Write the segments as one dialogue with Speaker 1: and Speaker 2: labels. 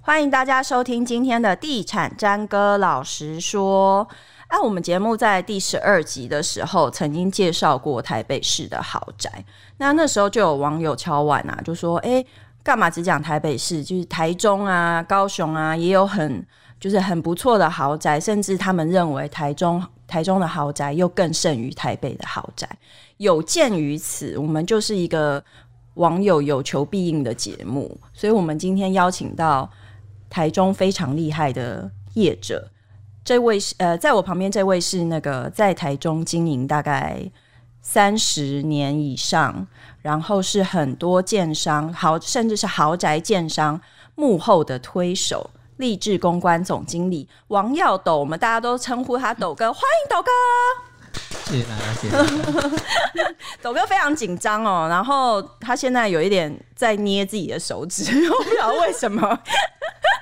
Speaker 1: 欢迎大家收听今天的《地产詹哥老实说》。啊，我们节目在第十二集的时候曾经介绍过台北市的豪宅，那那时候就有网友敲碗啊，就说：“哎，干嘛只讲台北市？就是台中啊、高雄啊，也有很就是很不错的豪宅，甚至他们认为台中台中的豪宅又更胜于台北的豪宅。”有鉴于此，我们就是一个网友有求必应的节目，所以我们今天邀请到台中非常厉害的业者，这位是呃，在我旁边这位是那个在台中经营大概三十年以上，然后是很多建商豪甚至是豪宅建商幕后的推手。励志公关总经理王耀斗，我们大家都称呼他斗哥，欢迎斗哥。
Speaker 2: 谢谢大家，谢谢大家。
Speaker 1: 抖哥非常紧张哦，然后他现在有一点在捏自己的手指， 我不晓得为什么。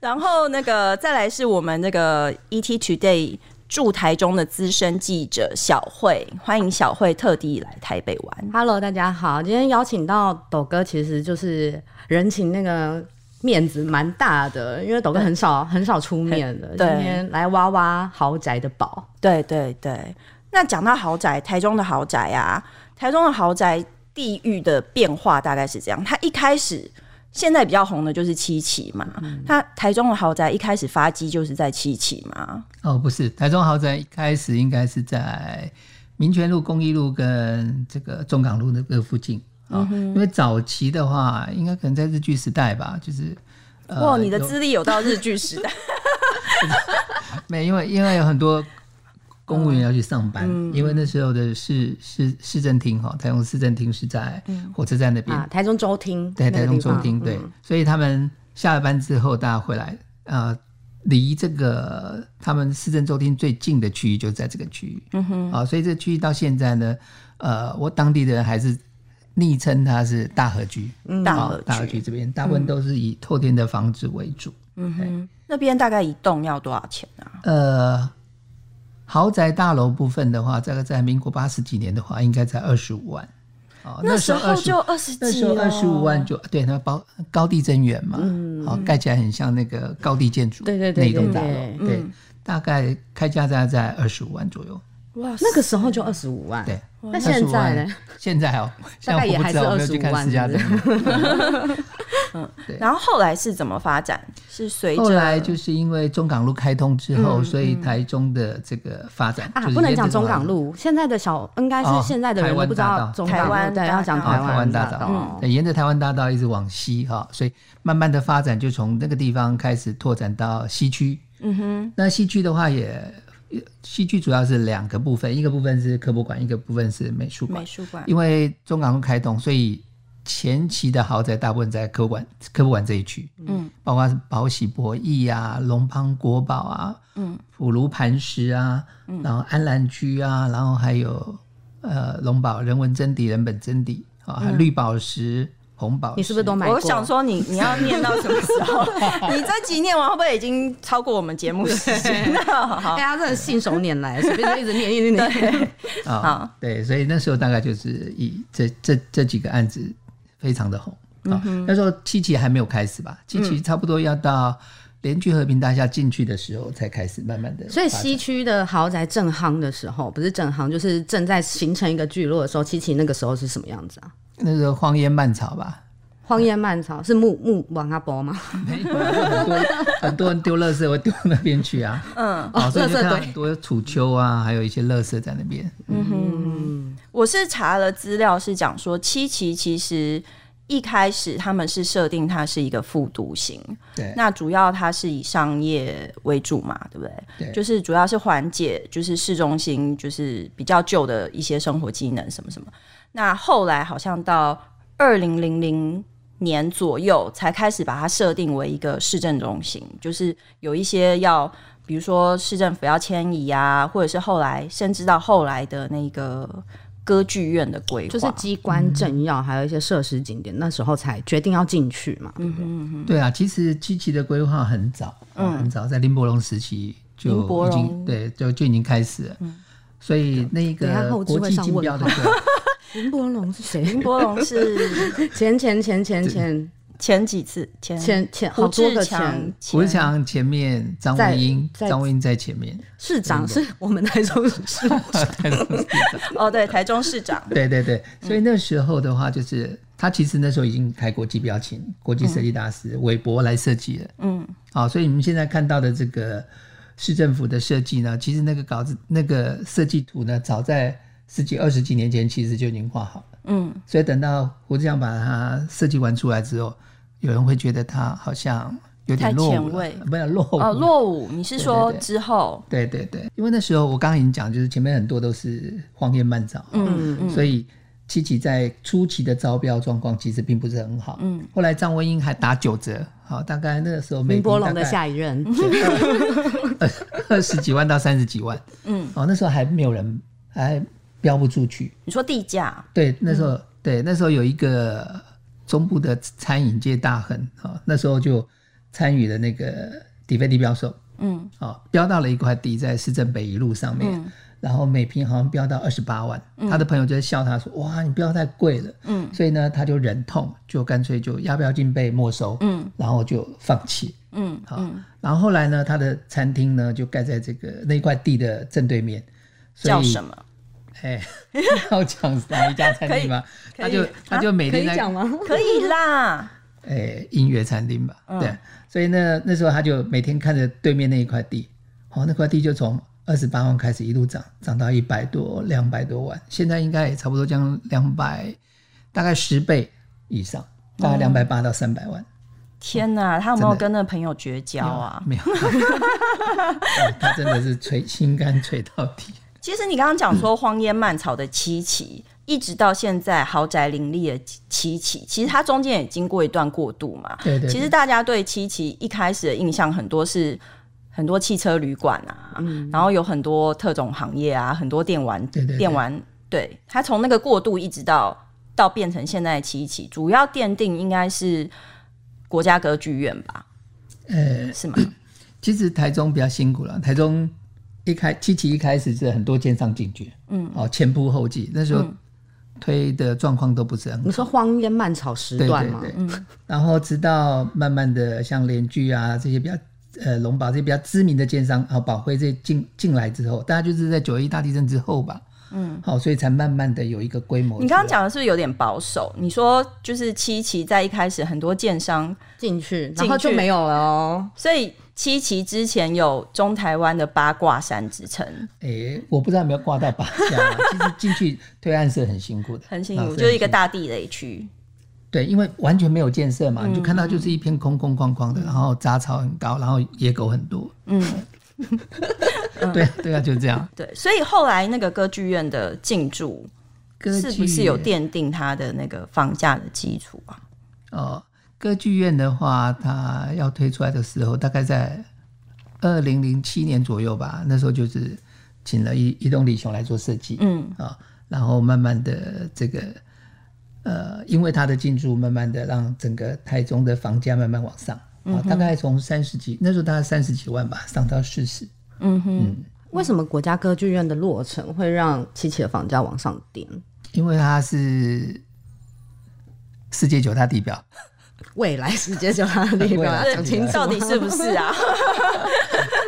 Speaker 1: 然后那个再来是我们那个 ET Today 驻台中的资深记者小慧，欢迎小慧特地来台北玩。
Speaker 3: Hello，大家好，今天邀请到斗哥，其实就是人情那个面子蛮大的，因为斗哥很少很少出面的，今
Speaker 1: 对
Speaker 3: 天来挖挖豪宅的宝。
Speaker 1: 对对对，那讲到豪宅，台中的豪宅啊，台中的豪宅地域的变化大概是这样，它一开始。现在比较红的就是七期嘛，它台中的豪宅一开始发迹就是在七期嘛，
Speaker 2: 哦，不是，台中豪宅一开始应该是在民权路、公益路跟这个中港路那个附近啊、
Speaker 1: 嗯
Speaker 2: 哦因为早期的话，应该可能在日据时代吧，就是。
Speaker 1: 哇，你的
Speaker 2: 呃有
Speaker 1: 资历有到日剧时 代，
Speaker 2: 没，因为因为有很多公务员要去上班，
Speaker 1: 嗯
Speaker 2: 因为那时候的市市市政厅哈，台中市政厅是在
Speaker 1: 嗯
Speaker 2: 火车站那边，
Speaker 3: 啊，台中州厅，
Speaker 2: 对，
Speaker 3: 那个
Speaker 2: 台
Speaker 3: 地
Speaker 2: 中中
Speaker 3: 方嗯
Speaker 2: 厅，对，所以他们下了班之后，大家回来，呃，离这个他们市政中厅最近的区域就在这个区域，嗯哼，啊，所以这个区域到现在呢，呃，我当地的人还是昵称它是大河区，
Speaker 1: 大
Speaker 2: 啊
Speaker 1: 和
Speaker 2: 大河
Speaker 1: 区
Speaker 2: 区这边大部分都是以透天的房子为主，
Speaker 1: 那边大概一栋要多少钱啊？
Speaker 2: 呃。豪宅大楼部分的话，大概在民国八十几年的话，应该在二十五万。哦，
Speaker 1: 候
Speaker 2: 25
Speaker 1: 就二十
Speaker 2: 那
Speaker 1: 几
Speaker 2: 时候
Speaker 1: 了，
Speaker 3: 啊
Speaker 2: 二十五万就对，那包高地增援嘛，好、盖起来很像那个高地建筑，
Speaker 3: 嗯对对对
Speaker 2: 那栋
Speaker 3: 对
Speaker 2: 大
Speaker 3: 对嗯
Speaker 2: 楼，对，大概开价大概在二十五万左右，
Speaker 1: 哇塞，
Speaker 3: 那个时候就二十五万，
Speaker 2: 对。
Speaker 3: 那现在
Speaker 2: 25
Speaker 3: 呢
Speaker 2: 万？？现在哦，现
Speaker 3: 大
Speaker 2: 在
Speaker 3: 概也
Speaker 2: 我不
Speaker 3: 还
Speaker 2: 知
Speaker 3: 是
Speaker 2: 道，我没有去
Speaker 3: 25
Speaker 2: 看
Speaker 3: 万
Speaker 2: 私家
Speaker 3: 是不
Speaker 2: 登
Speaker 3: 是
Speaker 2: 录。对
Speaker 1: 然后后来是怎么发展？是随着
Speaker 2: 后来就是因为中港路开通之后，所以台中的这个发展
Speaker 3: 嗯啊
Speaker 2: 就，是
Speaker 3: 不能
Speaker 2: 沿着
Speaker 3: 讲中
Speaker 2: 中
Speaker 3: 港
Speaker 2: 路
Speaker 3: 路，现在的小应该是
Speaker 2: 哦
Speaker 3: 现在的人都不知道中港
Speaker 1: 台
Speaker 3: 路，
Speaker 1: 湾大道
Speaker 3: 对，要讲
Speaker 1: 哦
Speaker 2: 啊，
Speaker 3: 台
Speaker 2: 湾
Speaker 3: 大
Speaker 2: 道，
Speaker 3: 道。嗯
Speaker 2: 对，沿着台湾大道一直往西哈、所以慢慢的发展就从那个地方开始拓展到西区。嗯哼，那西区的话也，西区主要是两个部分，一个部分是科博馆，一个部分是美术馆
Speaker 1: 美。术馆，
Speaker 2: 因为中港路开通，所以前期的豪宅大部分在科博馆、科博馆这一区，嗯，包括是宝喜博弈啊、龙邦国宝啊，嗯，普卢磐石啊，
Speaker 3: 嗯
Speaker 2: 然后安澜居啊，然后还有呃龙宝人文真谛、人本真谛啊，还有绿宝石、红宝石，
Speaker 3: 嗯你是不是都买过？
Speaker 1: 我想说你你要念到什么时 候？你这集念完会不会已经超过我们节目时间 了？好
Speaker 3: 大家真的信手拈来，随便就一直念一直 念。
Speaker 2: 啊、对，所以那时候大概就是以这这这几个案子非常的红
Speaker 3: 嗯
Speaker 2: 啊、那时候七期还没有开始吧，七期差不多要到连续和平大厦进去的时候才开始慢慢的。
Speaker 3: 所以西区的豪宅正夯的时候，不是正夯，就是正在形成一个聚落的时候，七七那个时候是什么样子啊？
Speaker 2: 那个荒烟蔓草吧，
Speaker 3: 荒烟蔓草是木木往阿波吗？
Speaker 2: 没有啊很多很多人丢垃圾会丢那边去啊，嗯，哦，所以就
Speaker 3: 垃圾
Speaker 2: 看到
Speaker 3: 堆
Speaker 2: 很多土丘啊，还有一些垃圾在那边。
Speaker 1: 我是查了资料，是讲说七期其实一开始他们是设定它是一个复读型，
Speaker 2: 对，
Speaker 1: 那主要它是以商业为主嘛，对不对？
Speaker 2: 对
Speaker 1: 就是主要是缓解，就是市中心就是比较旧的一些生活机能什么什么。那后来好像到二零零零年左右才开始把它设定为一个市政中心，就是有一些要，比如说市政府要迁移啊，或者是后来甚至到后来的那个歌剧院的规划，
Speaker 3: 就是机关政要，还有一些设施景点，那时候才决定要进去嘛。
Speaker 2: 对啊，其实七期的规划很早，嗯，很早，在林伯龙时期
Speaker 1: 林伯
Speaker 2: 就已
Speaker 1: 龙
Speaker 2: 经对，就就已经开始了。所以那
Speaker 3: 等一下
Speaker 2: 个
Speaker 3: 嗯后置
Speaker 2: 国
Speaker 3: 会
Speaker 2: 际
Speaker 3: 上
Speaker 2: 竞标的
Speaker 3: 问
Speaker 2: 规划
Speaker 3: 林伯龙是谁？
Speaker 1: 林伯龙是
Speaker 3: 前前前前前
Speaker 1: 前几次前
Speaker 3: 前前好
Speaker 1: 胡
Speaker 3: 多
Speaker 1: 志
Speaker 3: 个
Speaker 1: 强
Speaker 3: 前，
Speaker 2: 胡志
Speaker 1: 前
Speaker 2: 强前面，张
Speaker 3: 在
Speaker 2: 文英，
Speaker 3: 在
Speaker 2: 张文英在前面，
Speaker 3: 市长是我们台中 市，
Speaker 1: 哦，对，台中市 长
Speaker 2: 对对对，所以那时候的话，就是他其实那时候已经开国际标琴，国际设计大
Speaker 3: 嗯
Speaker 2: 师韦伯来设计了。嗯，好，所以你们现在看到的这个市政府的设计呢，其实那个稿子、那个设计图呢，早在十几、二十几年前其实就已经画好了。
Speaker 1: 嗯，
Speaker 2: 所以等到胡志强把它设计完出来之后，有人会觉得他好像有点
Speaker 1: 太
Speaker 2: 落伍
Speaker 1: 前
Speaker 2: 了
Speaker 1: 卫，
Speaker 2: 不是落伍
Speaker 1: 哦，落伍，你是说
Speaker 2: 对对对
Speaker 1: 之后
Speaker 2: 对对对，因为那时候我刚刚已经讲，就是前面很多都是荒烟漫草，嗯嗯，所以七期在初期的招标状况其实并不是很好，嗯，后来张文英还打九折，好，大概那个时候每平
Speaker 3: 林波龙
Speaker 2: 大
Speaker 3: 的
Speaker 2: 概
Speaker 3: 下一任，
Speaker 2: 二十几万到三十几万，
Speaker 1: 嗯
Speaker 2: 嗯，哦，那时候还没有人还标不出去，
Speaker 1: 你说地价，
Speaker 2: 对，那时
Speaker 1: 嗯
Speaker 2: 候、对那时候有一个中部的餐饮界大亨啊、哦那时候就参与了那个底飞地标售，
Speaker 1: 嗯，
Speaker 2: 哦，标到了一块地在市政北一路上面，然后每平好像标到二十八万，
Speaker 1: 嗯
Speaker 2: 他的朋友就在笑他说：“哇，你标太贵了。”嗯，所以呢，他就忍痛，就干脆就押标金被没收，嗯，然后就放弃，
Speaker 1: 嗯，
Speaker 2: 好、然后后来呢，他的餐厅呢就盖在这个那块地的正对面，所以
Speaker 1: 叫什 么？
Speaker 2: 哎，要讲哪一家餐厅吗？
Speaker 3: 可以
Speaker 2: 他就
Speaker 3: 可以
Speaker 2: 他就每
Speaker 3: 可
Speaker 2: 天
Speaker 3: 以
Speaker 2: 在
Speaker 3: 讲吗？
Speaker 1: 可以啦，
Speaker 2: 诶音乐餐厅吧，
Speaker 3: 嗯
Speaker 2: 对，所以呢那时候他就每天看着对面那一块地，哦，那块地就从二十八万开始一路涨，涨到一百多、两百多万，现在应该也差不多将两百，大概十倍以上，大
Speaker 3: 嗯
Speaker 2: 概两百八到三百万。
Speaker 1: 天哪，他有没有
Speaker 2: 真的
Speaker 1: 跟那朋友绝交啊？
Speaker 2: 没有， 哦他真的是吹心肝吹到底。
Speaker 1: 其实你刚刚讲说荒烟蔓草的七期，一直到现在豪宅林立的七期，其实它中间也经过一段过渡嘛。
Speaker 2: 对对对
Speaker 1: 其实大家对七期一开始的印象很多是。很多汽车旅馆啊，
Speaker 2: 嗯
Speaker 1: 然后有很多特种行业啊，很多电玩，
Speaker 2: 对对对
Speaker 1: 电玩，对，它从那个过渡一直到到变成现在的七期，主要奠定应该是国家歌剧院吧，
Speaker 2: 呃，
Speaker 1: 是吗？
Speaker 2: 其实台中比较辛苦了，台中一开七期一开始是很多奸商进去，嗯，哦前仆后继，那时候推的状况都不是很好
Speaker 3: 你。说荒烟蔓草时
Speaker 2: 对
Speaker 3: 段
Speaker 2: 对
Speaker 3: 吗？
Speaker 2: 对，
Speaker 1: 嗯
Speaker 2: 然后直到慢慢的像联聚啊这些比较呃龙宝这些比较知名的建商啊宝辉这些进进来之后，大家就是在九一大地震之后吧，嗯，好、所以才慢慢的有一个规模出来。
Speaker 1: 你刚刚讲的是不是有点保守？你说就是七期在一开始很多建商，
Speaker 3: 进去，
Speaker 1: 进
Speaker 3: 然后就
Speaker 1: 去
Speaker 3: 没有了哦。
Speaker 1: 所以七期之前有中台湾的八卦山之称，
Speaker 2: 诶，我不知道有没有挂到靶架、啊， 其实进去推案是很辛苦的，
Speaker 1: 很辛
Speaker 2: 老
Speaker 1: 苦，
Speaker 2: 师
Speaker 1: 就是一个
Speaker 2: 很辛苦
Speaker 1: 大地雷区。
Speaker 2: 对，因为完全没有建设嘛，你就看到
Speaker 1: 嗯
Speaker 2: 就是一片空空旷旷的，然后杂草很高，然后野狗很多，嗯， 对
Speaker 1: 嗯
Speaker 2: 啊对啊，就这样。
Speaker 1: 对，所以后来那个歌剧院的进驻，
Speaker 2: 歌
Speaker 1: 是不
Speaker 2: 剧
Speaker 1: 是有
Speaker 2: 也
Speaker 1: 奠定它的那个房价的基础啊？
Speaker 2: 哦，歌剧院的话，它要推出来的时候，大概在二零零七年左右吧。那时候就是请了一一栋李雄来做设计，
Speaker 1: 嗯
Speaker 2: 啊、然后慢慢的这个呃，因为它的进驻，慢慢的让整个台中的房价慢慢往上。啊，大概从三十几，那时候大概三十几万吧，上到四十。
Speaker 1: 嗯哼，
Speaker 3: 为什么国家歌剧院的落成会让七七的房价往上颠？
Speaker 2: 因为它是世界九大地标，
Speaker 3: 未来世界就哪 里
Speaker 2: 未
Speaker 3: 把
Speaker 2: 来
Speaker 3: 它
Speaker 2: 世界
Speaker 3: 讲清楚，
Speaker 1: 到底是不是 啊？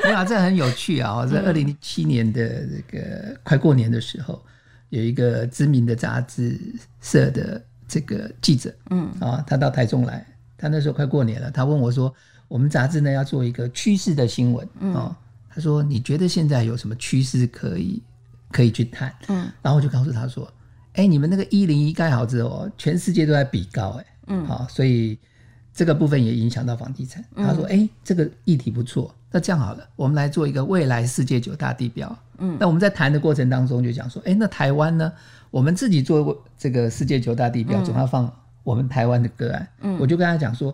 Speaker 2: 没有、啊，这很有趣啊！在二零零七年的这个快过年的时候，有一个知名的杂志社的这个记者，嗯，啊，他到台中来，他那时候快过年了，他问我说，我们杂志呢要做一个趋势的新闻，啊，他说你觉得现在有什么趋势可以可以去探？嗯，然后我就告诉他说，哎、你们那个一零一盖好之后哦，全世界都在比高、哎，嗯，好、所以这个部分也影响到房地产。他说，哎、这个议题不错，那这样好了，我们来做一个未来世界九大地标。嗯，那我们在谈的过程当中就讲说，哎、那台湾呢，我们自己做这个世界九大地标，总要放我们台湾的个案。嗯嗯，我就跟他讲说，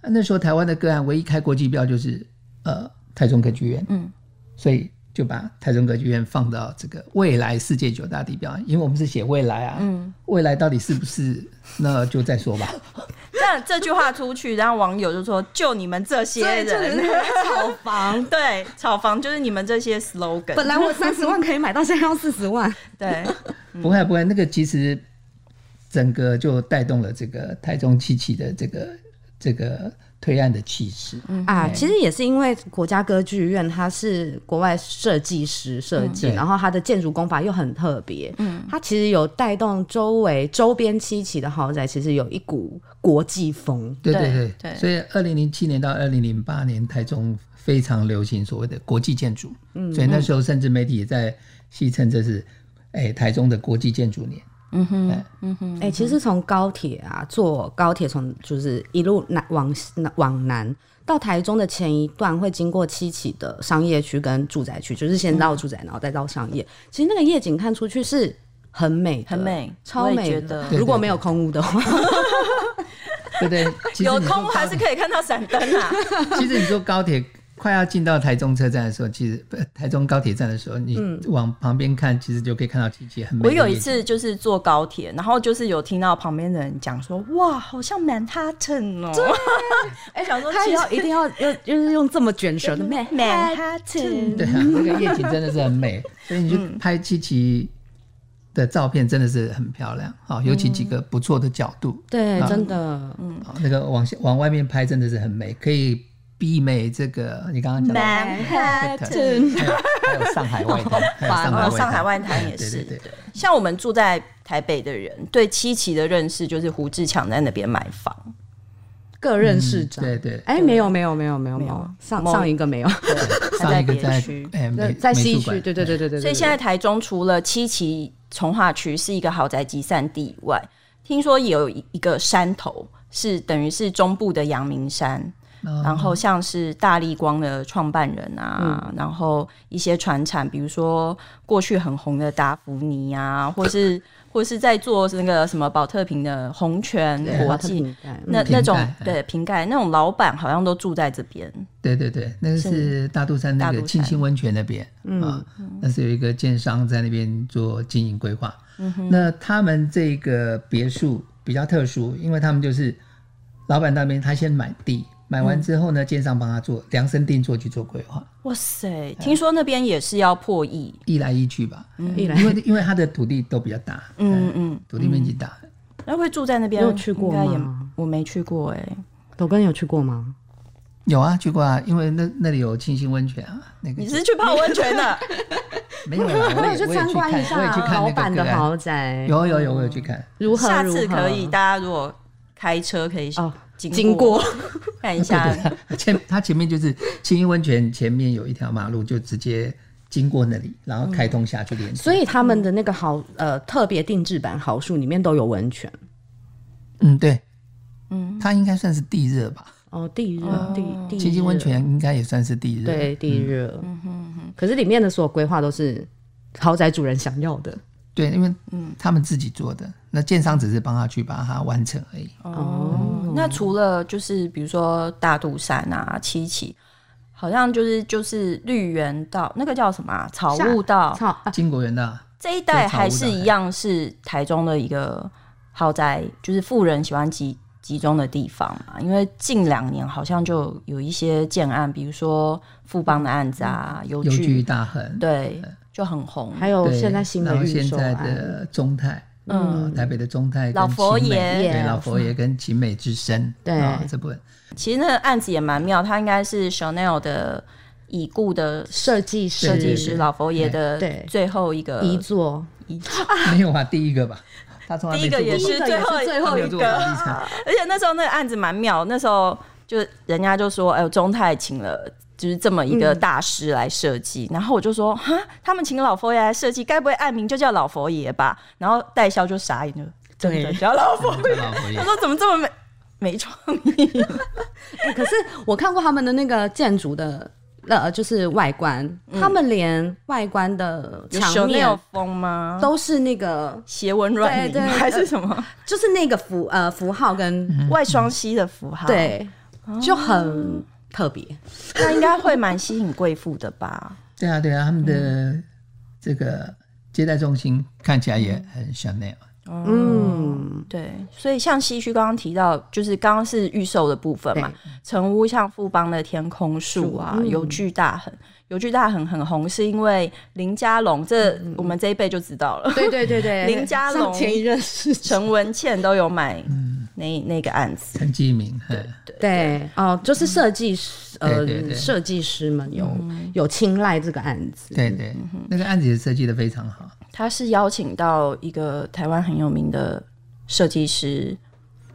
Speaker 2: 啊那时候台湾的个案唯一开国际标就是呃台中歌剧院。嗯，所以就把台中歌剧院放到这个未来世界九大地标，因为我们是写未来啊，
Speaker 1: 嗯
Speaker 2: 未来到底是不是，那就再说吧。
Speaker 1: 这这句话出去，然后网友就说：“就你们这些
Speaker 3: 所以就
Speaker 1: 人，。
Speaker 3: 是炒房
Speaker 1: 对，炒房就是你们这些 slogan。”
Speaker 3: 本来我三十万可以买到，现在要四十万，
Speaker 1: 对，
Speaker 2: 不
Speaker 1: 嗯
Speaker 2: 会啊不会，那个其实整个就带动了这个台中七期的这个这个推案的气势。
Speaker 1: 嗯
Speaker 3: 啊，其实也是因为国家歌剧院它是国外设计师设计，
Speaker 2: 嗯对
Speaker 3: 然后它的建筑工法又很特别，嗯，它其实有带动周围周边七期的豪宅，其实有一股国际风，
Speaker 2: 对
Speaker 1: 对
Speaker 2: 对
Speaker 1: 对
Speaker 2: 所以二零零七年到二零零八年，台中非常流行所谓的国际建筑，
Speaker 1: 嗯
Speaker 2: 所以那时候甚至媒体也在戏称这是，哎、台中的国际建筑年。
Speaker 1: 嗯哼
Speaker 2: 哎，
Speaker 1: 嗯哼，
Speaker 3: 哎、其实从高铁啊，坐高铁从就是一路南往西往南到台中的前一段，会经过七期的商业区跟住宅区，就是先
Speaker 1: 嗯
Speaker 3: 到住宅，然后再到商业。其实那个夜景看出去是很美的，
Speaker 1: 很美
Speaker 3: 超
Speaker 1: 我也
Speaker 3: 美
Speaker 1: 觉得
Speaker 3: 的。
Speaker 2: 对
Speaker 3: 如果
Speaker 2: 对
Speaker 3: 没有空屋的话，
Speaker 2: 对不 对，其实
Speaker 1: 有
Speaker 2: 你说
Speaker 1: 空还
Speaker 2: 高
Speaker 1: 是可以看到闪灯啊。
Speaker 2: 其实你坐高铁快要进到台中车站的时候，其实不呃台中高铁站的时候，你往旁边看，其实就可以看到七七很
Speaker 1: 嗯
Speaker 2: 美。
Speaker 1: 我有一，次就是坐高铁，然后就是有听到旁边的人讲说：“哇，好像曼哈顿哦。” 哎，想说
Speaker 3: 他
Speaker 1: 其
Speaker 3: 要
Speaker 1: 实
Speaker 3: 一定要用就是用这么卷舌的美
Speaker 1: 曼哈顿
Speaker 2: 对啊，那个夜景真的是很美，所以你去拍七七的照片真的是很漂亮啊、哦，尤其几个不错的角度，
Speaker 3: 对，
Speaker 2: 啊
Speaker 3: 真的，嗯，
Speaker 2: 哦那个往下往外面拍真的是很美，可以媲美这个你刚刚讲的。
Speaker 1: 曼哈顿。
Speaker 2: 还有还有上海外滩，还有
Speaker 1: 然后
Speaker 2: 上海外滩，
Speaker 1: 上海外滩也
Speaker 2: 对
Speaker 1: 是
Speaker 2: 对对，对
Speaker 1: 像我们住在台北的人，对七期的认识就是胡志强在那边买房，
Speaker 3: 各任市
Speaker 2: 嗯
Speaker 3: 长。
Speaker 2: 对对，
Speaker 3: 哎、没有没有没有没有没
Speaker 1: 没有
Speaker 3: 有，上
Speaker 1: 某
Speaker 3: 上一个没有，
Speaker 1: 他
Speaker 2: 上一个
Speaker 1: 别
Speaker 2: 在
Speaker 1: 区。
Speaker 2: 哎美
Speaker 3: 在
Speaker 2: 美
Speaker 3: 西
Speaker 2: 术
Speaker 3: 区，
Speaker 2: 馆
Speaker 3: 对对对对对。
Speaker 1: 所以
Speaker 3: 对
Speaker 1: 现在台中除了七期从化区是一个豪宅集散地以外，听说也有一一个山头是等于是中部的阳明山。
Speaker 2: 哦
Speaker 1: 然后像是大力光的创办人啊，
Speaker 2: 嗯
Speaker 1: 然后一些传产，比如说过去很红的达芙妮啊，或 是或是在做那个什么保特瓶的红泉
Speaker 2: 对
Speaker 1: 国
Speaker 3: 华特
Speaker 1: 际，
Speaker 3: 饼干
Speaker 1: 那
Speaker 2: 瓶盖
Speaker 1: 那种
Speaker 2: 哎
Speaker 1: 对瓶盖那种老板好像都住在这边，
Speaker 2: 对对对，那个是大肚山那
Speaker 1: 大肚山
Speaker 2: 个庆兴温泉那边啊，那是有一个建商在那边做经营规划。那他们这个别墅比较特殊，因为他们就是老板那边他先买地，买完之后呢，建商帮他做量身定做去做规划，
Speaker 1: 哇塞！听说那边也是要破亿，
Speaker 2: 一来一去吧，
Speaker 3: 一来
Speaker 2: 嗯因为因为他的土地都比较大，
Speaker 1: 嗯
Speaker 2: 嗯，
Speaker 1: 嗯，
Speaker 2: 土地面积大，
Speaker 1: 那会住在那边？
Speaker 3: 你有去过
Speaker 1: 应该也
Speaker 3: 吗
Speaker 1: 我没去过哎、
Speaker 3: 抖哥，你有去过吗？
Speaker 2: 有啊，去过啊，因为那那里有庆兴温泉啊，那个
Speaker 1: 你是去泡温泉 的？
Speaker 3: 啊
Speaker 2: 没有啦，啊 我也我也去看，我也去看
Speaker 3: 老
Speaker 2: 那
Speaker 3: 板
Speaker 2: 个
Speaker 3: 的
Speaker 2: 个案，
Speaker 3: 豪宅，
Speaker 2: 有有有，我有去看。
Speaker 3: 哎如何
Speaker 1: 下
Speaker 3: 如
Speaker 1: 次可
Speaker 3: 何
Speaker 1: 以，大家如果开车可以
Speaker 3: 哦
Speaker 1: 经
Speaker 3: 经
Speaker 1: 过
Speaker 3: 过
Speaker 1: 看一 下。
Speaker 2: 前它前面就是清音温泉前面有一条马路，就直接经过那里，然后开通下去连接。
Speaker 3: 所以他们的那个豪呃特别定制版豪墅里面都有温泉
Speaker 2: 嗯，对，嗯，它应该算是地热吧？
Speaker 3: 哦，嗯地热、地地
Speaker 2: 清音
Speaker 3: 热
Speaker 2: 温泉应该也算是地热。，
Speaker 3: 对地热，可是里面的所有规划都是豪宅主人想要的
Speaker 2: 对，因为
Speaker 1: 嗯
Speaker 2: 他们自己做的，那建商只是帮他去把它完成而已。
Speaker 3: 哦，
Speaker 1: 那除了就是比如说大肚山啊、七期，好像就是就是绿园道那个叫什么、啊、草悟道
Speaker 3: 操、啊
Speaker 2: 金国园的啊
Speaker 1: 这一带还
Speaker 2: 对草
Speaker 1: 是
Speaker 2: 悟道
Speaker 1: 一样是台中的一个豪宅，就是富人喜欢集集中的地方嘛。因为近两年好像就有一些建案，比如说富邦的案子啊、邮
Speaker 2: 嗯邮局
Speaker 1: 局
Speaker 2: 大亨，
Speaker 1: 对就很红，
Speaker 3: 还有
Speaker 2: 对，
Speaker 3: 哦现在新
Speaker 2: 然
Speaker 3: 的
Speaker 2: 后
Speaker 3: 预
Speaker 2: 现
Speaker 3: 售啊
Speaker 2: 在
Speaker 3: 案，
Speaker 2: 的中泰。
Speaker 1: 嗯
Speaker 2: 啊台北的中泰跟
Speaker 1: 老佛
Speaker 2: 景美
Speaker 1: 爷
Speaker 2: 对
Speaker 3: Yeah
Speaker 2: 老佛爷跟景美之声，
Speaker 3: 对
Speaker 2: 啊这部分
Speaker 1: 其实那个案子也蛮妙，它应该是 Chanel 的已故的
Speaker 3: 设计师
Speaker 1: 设计师老佛爷的
Speaker 3: 对
Speaker 1: 最后一个
Speaker 3: 遗作，
Speaker 1: 遗作
Speaker 2: 没有啊，第一个吧，他从来
Speaker 1: 第
Speaker 2: 没
Speaker 1: 一个也
Speaker 2: 做过
Speaker 3: 第
Speaker 1: 是
Speaker 3: 一个
Speaker 1: 最
Speaker 3: 也
Speaker 1: 后
Speaker 3: 是最
Speaker 2: 他
Speaker 3: 后
Speaker 2: 啊没
Speaker 3: 一
Speaker 2: 有做过
Speaker 3: 个。
Speaker 2: 房地产，
Speaker 1: 而且那时候那个案子蛮妙，那时候就人家就说，哎、呦，中泰请了就是这么一个大师来设计，
Speaker 3: 嗯
Speaker 1: 然后我就说，哈，他们请老佛爷来设计，该不会案名就叫老佛爷吧？然后代销就傻眼了，真的
Speaker 3: 对
Speaker 1: 叫老 佛
Speaker 2: 他
Speaker 1: 爷，
Speaker 2: 们叫老佛爷
Speaker 1: 他说怎么这么没没创意？
Speaker 3: 欸可是我看过他们的那个建筑的，呃，就是外观，他们连外观的
Speaker 1: 嗯有
Speaker 3: 墙面
Speaker 1: Chanel 风吗？
Speaker 3: 都是那个，
Speaker 1: 斜纹软泥
Speaker 3: 对对
Speaker 1: 还是什么、
Speaker 3: 就是那个符呃符号跟、
Speaker 2: 嗯
Speaker 1: 外双膝的符号？，
Speaker 3: 对，
Speaker 1: 啊
Speaker 3: 就很特别。
Speaker 1: 那应该会蛮吸引贵妇的吧？
Speaker 2: 对啊，对啊，他们的这个接待中心看起来也很 Chanel，
Speaker 1: 哦
Speaker 3: 嗯，
Speaker 1: 对，所以像西区刚刚提到，就是刚刚是预售的部分嘛
Speaker 3: 对，
Speaker 1: 成屋像富邦的天空树啊，邮具大亨，邮具大亨很红，是因为林家龙，这、我们这一辈就知道了，
Speaker 3: 对对对对，
Speaker 1: 林家龙
Speaker 3: 上前一任是
Speaker 1: 陈文茜都有买那那个案子。
Speaker 2: 陈继明，嗯嘿
Speaker 3: 对，哦，就是设计师，
Speaker 2: 嗯对对对
Speaker 3: 呃，设计师们有
Speaker 1: 嗯
Speaker 3: 有青睐这个案子，
Speaker 2: 对对，那个案子也设计的非常好。
Speaker 1: 他是邀请到一个台湾很有名的设计师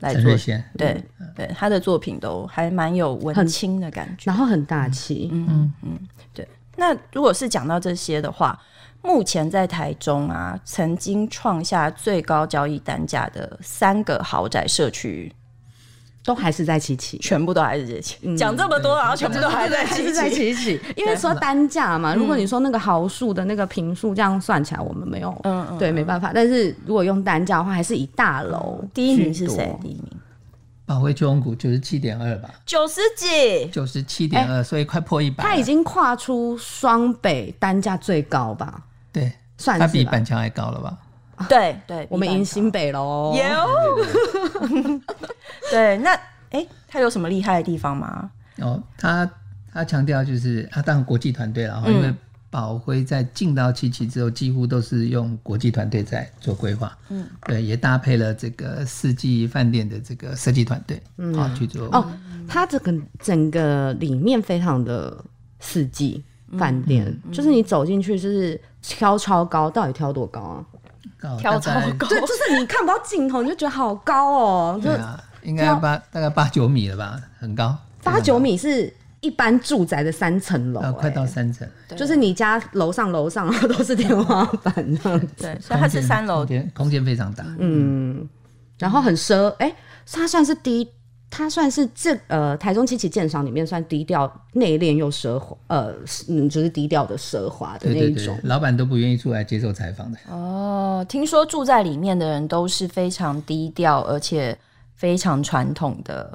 Speaker 1: 来
Speaker 2: 陈
Speaker 1: 做
Speaker 2: 瑞，贤，
Speaker 1: 对对，他的作品都还蛮有文
Speaker 3: 很
Speaker 1: 青的感觉。
Speaker 3: 然后很大气，
Speaker 1: 嗯那如果是讲到这些的话，目前在台中啊，曾经创下最高交易单价的三个豪宅社区，
Speaker 3: 都还是在七期。
Speaker 1: 全部都还是这些。
Speaker 3: 嗯
Speaker 1: 讲、这么多，然后啊全部都还在
Speaker 3: 还
Speaker 1: 这
Speaker 3: 是在嗯
Speaker 1: 些。
Speaker 3: 七 期，因为说单价嘛，如果你说那个毫数的那个平数这样算起来，我们没有，
Speaker 1: 嗯嗯
Speaker 3: 对，没办法。但是如果用单价的话，还是以大楼
Speaker 1: 第一名是
Speaker 3: 居多
Speaker 1: 谁？第一名
Speaker 2: 宝辉中股九十七点二吧，
Speaker 1: 九十几，
Speaker 2: 九十七点二，所以快破一百。
Speaker 3: 它已经跨出双北单价最高吧，
Speaker 2: 对，
Speaker 3: 算
Speaker 2: 它
Speaker 3: 是
Speaker 2: 比
Speaker 3: 吧。
Speaker 2: 板桥还高了吧？
Speaker 1: 对对，
Speaker 3: 我们
Speaker 1: 比板
Speaker 3: 迎
Speaker 1: 桥
Speaker 3: 新北喽，
Speaker 1: 有。 对，那哎，他有什么厉害的地方吗？
Speaker 2: 哦，他他强调就是啊，当然国际团队了哈，因为宝辉在进到七期之后，几乎都是用国际团队在做规划，嗯，对，也搭配了这个四季饭店的这个设计团队啊去做。
Speaker 3: 哦，它这个整个里面非常的四季饭店，就是你走进去就是挑超高，到底挑多高啊？
Speaker 2: 高，
Speaker 1: 跳
Speaker 2: 大概
Speaker 1: 超高，
Speaker 3: 对，就是你看不到尽头，你就觉得好高哦，就
Speaker 2: 对啊，应该八大概八九米了吧，很高，
Speaker 3: 八九米是一般住宅的三层楼、
Speaker 2: 呃，快到
Speaker 3: 哎
Speaker 2: 三层，
Speaker 3: 就是你家楼上楼上 都是天花板这样子，
Speaker 1: 对，所以他是
Speaker 2: 空间
Speaker 1: 三楼
Speaker 2: 空，间空间非常大，
Speaker 3: 嗯然后很奢，哎、它算是低。它算是这呃台中七期鉴赏里面算低调内敛又奢华，呃嗯就是低调的奢华的
Speaker 2: 对
Speaker 3: 那
Speaker 2: 对
Speaker 3: 一
Speaker 2: 对
Speaker 3: 种，，
Speaker 2: 老板都不愿意出来接受采访的，
Speaker 1: 哦，听说住在里面的人都是非常低调，而且非常传统的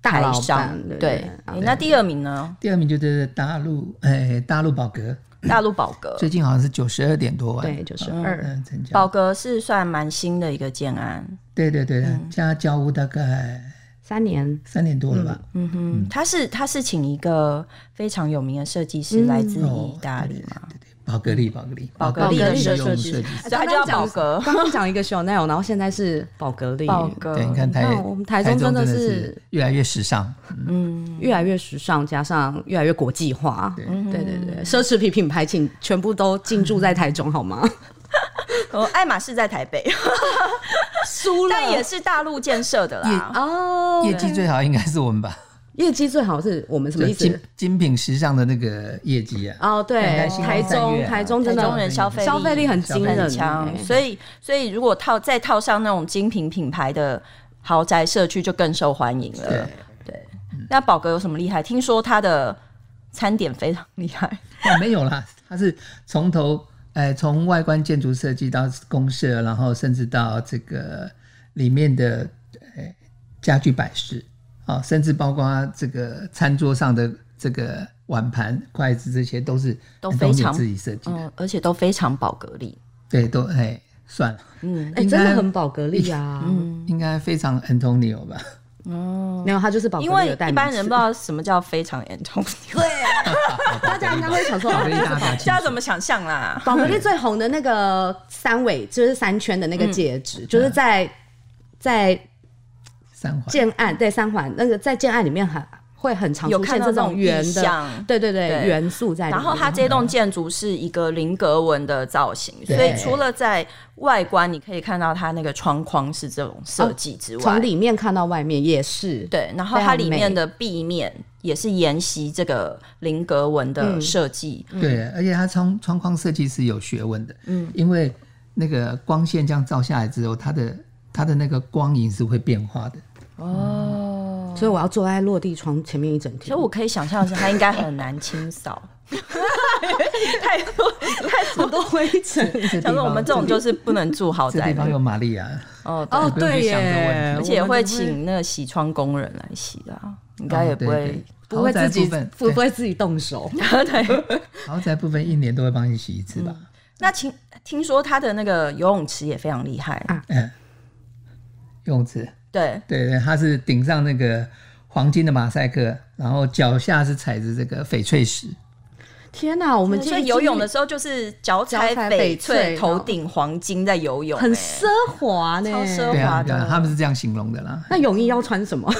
Speaker 3: 大
Speaker 1: 台
Speaker 3: 老
Speaker 1: 商
Speaker 3: 板。对不
Speaker 1: 对
Speaker 3: 对
Speaker 1: 诶那第二名呢？
Speaker 2: 第二名就是大陆，哎，大陆宝格，
Speaker 1: 大陆宝格，
Speaker 2: 最近好像是九十二点多万，
Speaker 3: 对，就是二、
Speaker 2: 嗯，成交。
Speaker 1: 宝格是算蛮新的一个建案，
Speaker 2: 对对对，
Speaker 3: 嗯
Speaker 2: 加交屋大概
Speaker 3: 三年，
Speaker 2: 三年多了吧。
Speaker 1: 嗯哼，他是他是请一个非常有名的设计师，来自意大利嘛，
Speaker 2: 对对，宝格丽，宝格丽，
Speaker 1: 宝格丽
Speaker 2: 的
Speaker 1: 的
Speaker 2: 日
Speaker 1: 设
Speaker 2: 用
Speaker 3: 计
Speaker 2: 设
Speaker 3: 师
Speaker 2: 计师。
Speaker 1: 所以他叫宝格。
Speaker 3: 刚刚讲一个 Chanel，然后现在是宝格丽，
Speaker 1: 宝格，
Speaker 2: 对，你看台
Speaker 3: 你嗯看我们台中
Speaker 2: 真
Speaker 3: 真的是
Speaker 2: 是越来越时尚，
Speaker 3: 越来越时尚，加上越来越国际化。对对对对，奢侈品品牌请全部都进驻在台中好吗？
Speaker 1: 哦，爱马仕在台北，
Speaker 3: 输了
Speaker 1: 但也是大陆建设的啦。
Speaker 3: 哦，
Speaker 2: 业绩最好应该是我们吧？
Speaker 3: 业绩最好是我们什么
Speaker 2: 就
Speaker 3: 意
Speaker 2: 精
Speaker 3: 思？
Speaker 2: 精品时尚的那个业绩啊。
Speaker 3: 哦，对
Speaker 2: 看看，星光
Speaker 3: 台
Speaker 2: 三月
Speaker 3: 中
Speaker 2: 啊
Speaker 3: 台中真的
Speaker 1: 台中人消费
Speaker 3: 消费力很惊人
Speaker 1: 很
Speaker 3: 欸，
Speaker 1: 强，所以所以如果套再套上那种精品品牌的豪宅社区，就更受欢迎了
Speaker 2: 对。
Speaker 1: 对，那宝格有什么厉害？听说它的餐点非常厉害，
Speaker 2: 哦，没有啦，它是从头，哎，从外观建筑设计到公社，然后甚至到这个里面的哎家具摆饰，啊、甚至包括这个餐桌上的这个碗盘、筷子这些，都是
Speaker 1: 都非常
Speaker 2: 你自己设计的，
Speaker 1: 嗯，而且都非常宝格丽。
Speaker 2: 对，都哎算了，
Speaker 3: 哎、
Speaker 2: 应该
Speaker 3: 真的很宝格丽啊！
Speaker 1: 嗯
Speaker 2: 应该非常 Antonio 吧？
Speaker 3: 没有，它就是宝格
Speaker 1: 因
Speaker 3: 丽
Speaker 1: 为
Speaker 3: 的代
Speaker 1: 一
Speaker 3: 名
Speaker 1: 般人不
Speaker 3: 词
Speaker 1: 知道什么叫非常 Antonio，
Speaker 3: 大家应该会想说，
Speaker 2: 宝
Speaker 3: 哦
Speaker 2: 格丽大大
Speaker 1: 大家怎么想象啦？
Speaker 3: 宝格丽最红的那个三尾，就是三圈的那个戒
Speaker 1: 嗯
Speaker 3: 指，就是在在
Speaker 2: 三环，
Speaker 3: 建案对三环那个在建案里面很会很常
Speaker 1: 有
Speaker 3: 出
Speaker 1: 看
Speaker 3: 现
Speaker 1: 到
Speaker 3: 这
Speaker 1: 那
Speaker 3: 种
Speaker 1: 种
Speaker 3: 圆
Speaker 1: 意
Speaker 3: 的，
Speaker 1: 象
Speaker 3: 对对对
Speaker 1: 对
Speaker 3: 元素在里
Speaker 1: 然
Speaker 3: 面。
Speaker 1: 后它这栋建筑是一个菱格纹的造型，
Speaker 2: 对
Speaker 1: 所以除了在外观你可以看到它那个窗框是这种设计之外，
Speaker 3: 从里面看到外面也是，
Speaker 1: 对，然后
Speaker 3: 非常
Speaker 1: 它里面
Speaker 3: 美
Speaker 1: 的壁面也是沿袭这个菱格纹的
Speaker 3: 嗯
Speaker 1: 设计，
Speaker 2: 对，而且它窗窗框设计是有学问的，嗯，因为那个光线这样照下来之后，它的它的那个光影是会变化的。
Speaker 3: 所以我要坐在落地窗前面一整
Speaker 1: 其实
Speaker 3: 天。
Speaker 1: 我可以想象的是它应该很难清 扫，太多太多都 灰尘。
Speaker 2: 这地
Speaker 1: 想说
Speaker 2: 方
Speaker 1: 我们这种就是不能住豪
Speaker 2: 这
Speaker 1: 宅
Speaker 2: 地方
Speaker 1: 的
Speaker 2: 有玛利亚，
Speaker 1: 哦，对
Speaker 3: 哦，
Speaker 2: 不用去
Speaker 3: 对
Speaker 2: 想这个问
Speaker 3: 耶
Speaker 2: 题，
Speaker 1: 而且也会请那个洗窗工人来洗啦，应该也不
Speaker 2: 哦对
Speaker 1: 会
Speaker 2: 对
Speaker 3: 我们不
Speaker 2: 豪
Speaker 3: 会
Speaker 2: 宅
Speaker 3: 自己
Speaker 2: 部分
Speaker 3: 不
Speaker 2: 对
Speaker 3: 会自己动手，
Speaker 2: 豪宅部分一年都会帮你洗一次吧？
Speaker 1: 那听听说他的那个游泳池也非常厉害，
Speaker 3: 啊
Speaker 2: 嗯，游泳池，
Speaker 1: 对，
Speaker 2: 对对，它是顶上那个黄金的马赛克，然后脚下是踩着这个翡翠石，
Speaker 3: 天哪，我们今
Speaker 1: 所
Speaker 3: 天
Speaker 1: 以游泳的时候就是脚踩
Speaker 3: 脚踩
Speaker 1: 翡
Speaker 3: 翡
Speaker 1: 翠，
Speaker 3: 翠
Speaker 1: 头顶黄金在游泳、
Speaker 3: 很
Speaker 1: 欸
Speaker 3: 奢华呢、
Speaker 1: 超奢
Speaker 2: 对啊，
Speaker 1: 华
Speaker 2: 对啊
Speaker 1: 的，
Speaker 2: 他们是这样形容的啦。
Speaker 3: 那泳衣要穿什么？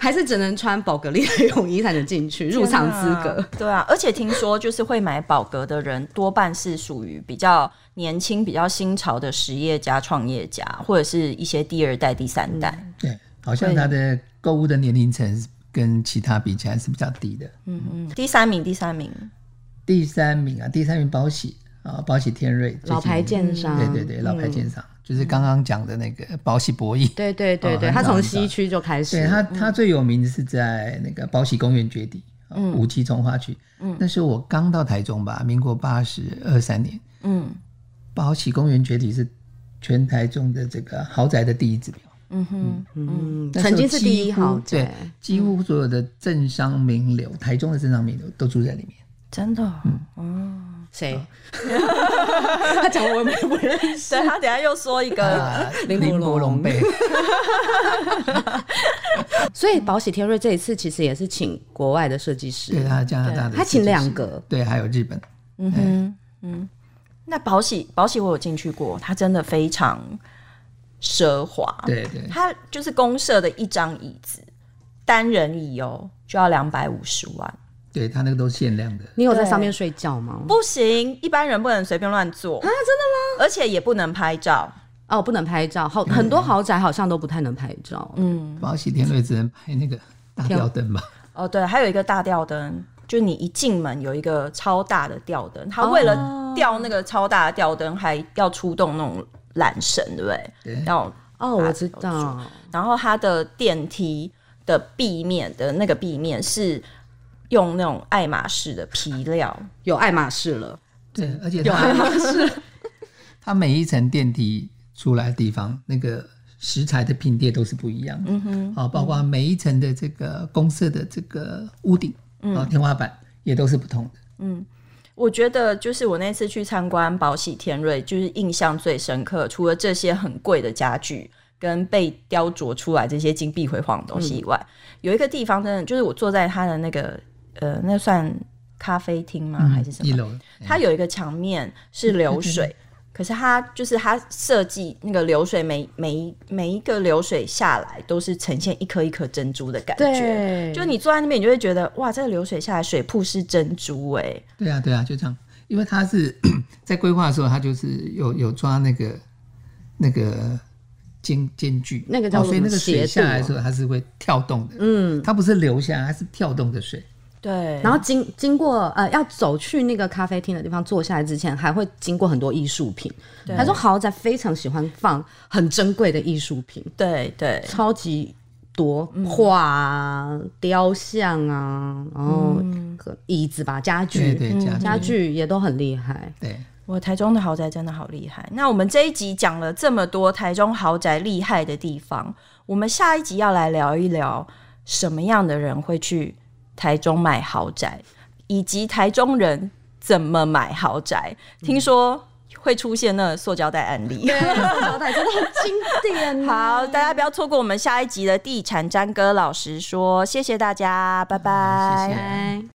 Speaker 3: 还是只能穿宝格丽的泳衣才能进去，入场资
Speaker 1: 天
Speaker 3: 格
Speaker 1: 哪。对啊，而且听说就是会买宝格的人，多半是属于比较年轻、比较新潮的实业家、创业家，或者是一些第二代、第三代。
Speaker 2: 对，好像他的购物的年龄层跟其他比起来是比较低的。
Speaker 1: 嗯第三名，第三名，
Speaker 2: 第三名啊，第三名保喜啊，保喜天瑞，最近
Speaker 3: 老牌建商，嗯
Speaker 2: 对对对，老牌建商、就是刚刚讲的那个保喜博弈。
Speaker 3: 对嗯对对对，
Speaker 2: 哦
Speaker 3: 他
Speaker 2: 很
Speaker 3: 从
Speaker 2: 早
Speaker 3: 西区就开
Speaker 2: 对
Speaker 3: 始，
Speaker 2: 他，他最有名的是在那个保喜公园绝底，啊五期从化区。嗯，那时候我刚到台中吧，民国八十二三年，
Speaker 1: 嗯
Speaker 2: 保喜公园绝底是全台中的这个豪宅的第一指标。
Speaker 1: 嗯哼，
Speaker 3: 嗯，
Speaker 2: 那时候
Speaker 3: 曾经是第一
Speaker 2: 几乎
Speaker 3: 豪
Speaker 2: 对
Speaker 3: 宅，，
Speaker 2: 几乎所有的政商名流，
Speaker 3: 嗯
Speaker 2: 台中的政商名流都住在里面。
Speaker 1: 真的哦，
Speaker 3: 谁？ 他讲我们不认识，
Speaker 1: 对他等下又说一 个，
Speaker 2: 啊，
Speaker 3: 呃林伯龙
Speaker 2: 伯龙 贝，
Speaker 3: 所以保喜天瑞这一次其实也是请国外的设计师，
Speaker 2: 对啊他加拿大的设计师，
Speaker 3: 他请两个，哦
Speaker 2: 对，还有日本，
Speaker 1: 嗯哼，嗯，那保喜保喜我有进去过，它真的非常奢华，
Speaker 2: 对对，
Speaker 1: 它就是公社的一张椅子，单人椅哦，就要两百五十万。
Speaker 2: 对他那个都是限量的，
Speaker 3: 你有在上面睡觉吗？
Speaker 1: 不行，一般人不能随便乱坐啊！真的吗？而且也不能拍照。
Speaker 3: 哦，不能拍照，好，很多豪宅好像都不太能拍照，
Speaker 2: 保喜天瑞只能拍那个大吊灯吧，
Speaker 1: 哦，对，还有一个大吊灯，就你一进门有一个超大的吊灯，他为了吊那个超大的吊灯，还要出动那种缆绳，对不对？
Speaker 2: 对
Speaker 1: 然后，
Speaker 3: 哦，我知道，
Speaker 1: 然后它的电梯的壁面的那个壁面是用那种爱马仕的皮料，
Speaker 3: 有爱马仕了，
Speaker 2: 对，而且他 他每一层电梯出来的地方，那个食材的拼贴都是不一样的，嗯哼，啊，包括每一层的这个公社的这个屋顶
Speaker 3: 嗯
Speaker 2: 啊，天花板也都是不同的。
Speaker 1: 我觉得就是我那次去参观宝喜天瑞，就是印象最深刻。除了这些很贵的家具跟被雕琢出来这些金碧辉煌的东西以外，有一个地方真的就是我坐在他的那个呃，那算咖啡厅吗？
Speaker 3: 啊
Speaker 1: 还是什
Speaker 2: 嗯一
Speaker 1: 么？
Speaker 2: 楼，
Speaker 1: 它有一个墙面是流水，可是它就是它设计那个流水每每一每一个流水下来都是呈现一颗一颗珍珠的感觉。
Speaker 3: 对，
Speaker 1: 就你坐在那边，你就会觉得哇，这个流水下来水瀑是珍珠哎、
Speaker 2: 对啊，对啊，就这样，因为他是 在规划的时候，他就是有有抓那个那个间间距，
Speaker 3: 那个叫
Speaker 2: 哦所以
Speaker 3: 什么
Speaker 2: 那个水
Speaker 3: 斜
Speaker 2: 下来
Speaker 3: 度
Speaker 2: 的
Speaker 3: 啊
Speaker 2: 时候，它是会跳动的，嗯，它不是流下，它是跳动的水，
Speaker 1: 对，
Speaker 3: 然后经经过呃，要走去那个咖啡厅的地方坐下来之前，还会经过很多艺术品。他说豪宅非常喜欢放很珍贵的艺术品，
Speaker 1: 对对，
Speaker 3: 超级多画啊、雕像啊，然后可椅子吧、家
Speaker 2: 对
Speaker 3: 具、
Speaker 2: 对，家
Speaker 3: 家
Speaker 2: 具，
Speaker 3: 具也都很厉害。
Speaker 2: 对，
Speaker 1: 我台中的豪宅真的好厉害。那我们这一集讲了这么多台中豪宅厉害的地方，我们下一集要来聊一聊什么样的人会去台中买豪宅，以及台中人怎么买豪宅。听说会出现那塑胶袋案 例。
Speaker 3: 招待真的很经典啊。
Speaker 1: 好，大家不要错过我们下一集的地产詹哥老师说，谢谢大家，拜拜。
Speaker 2: 谢谢
Speaker 3: 拜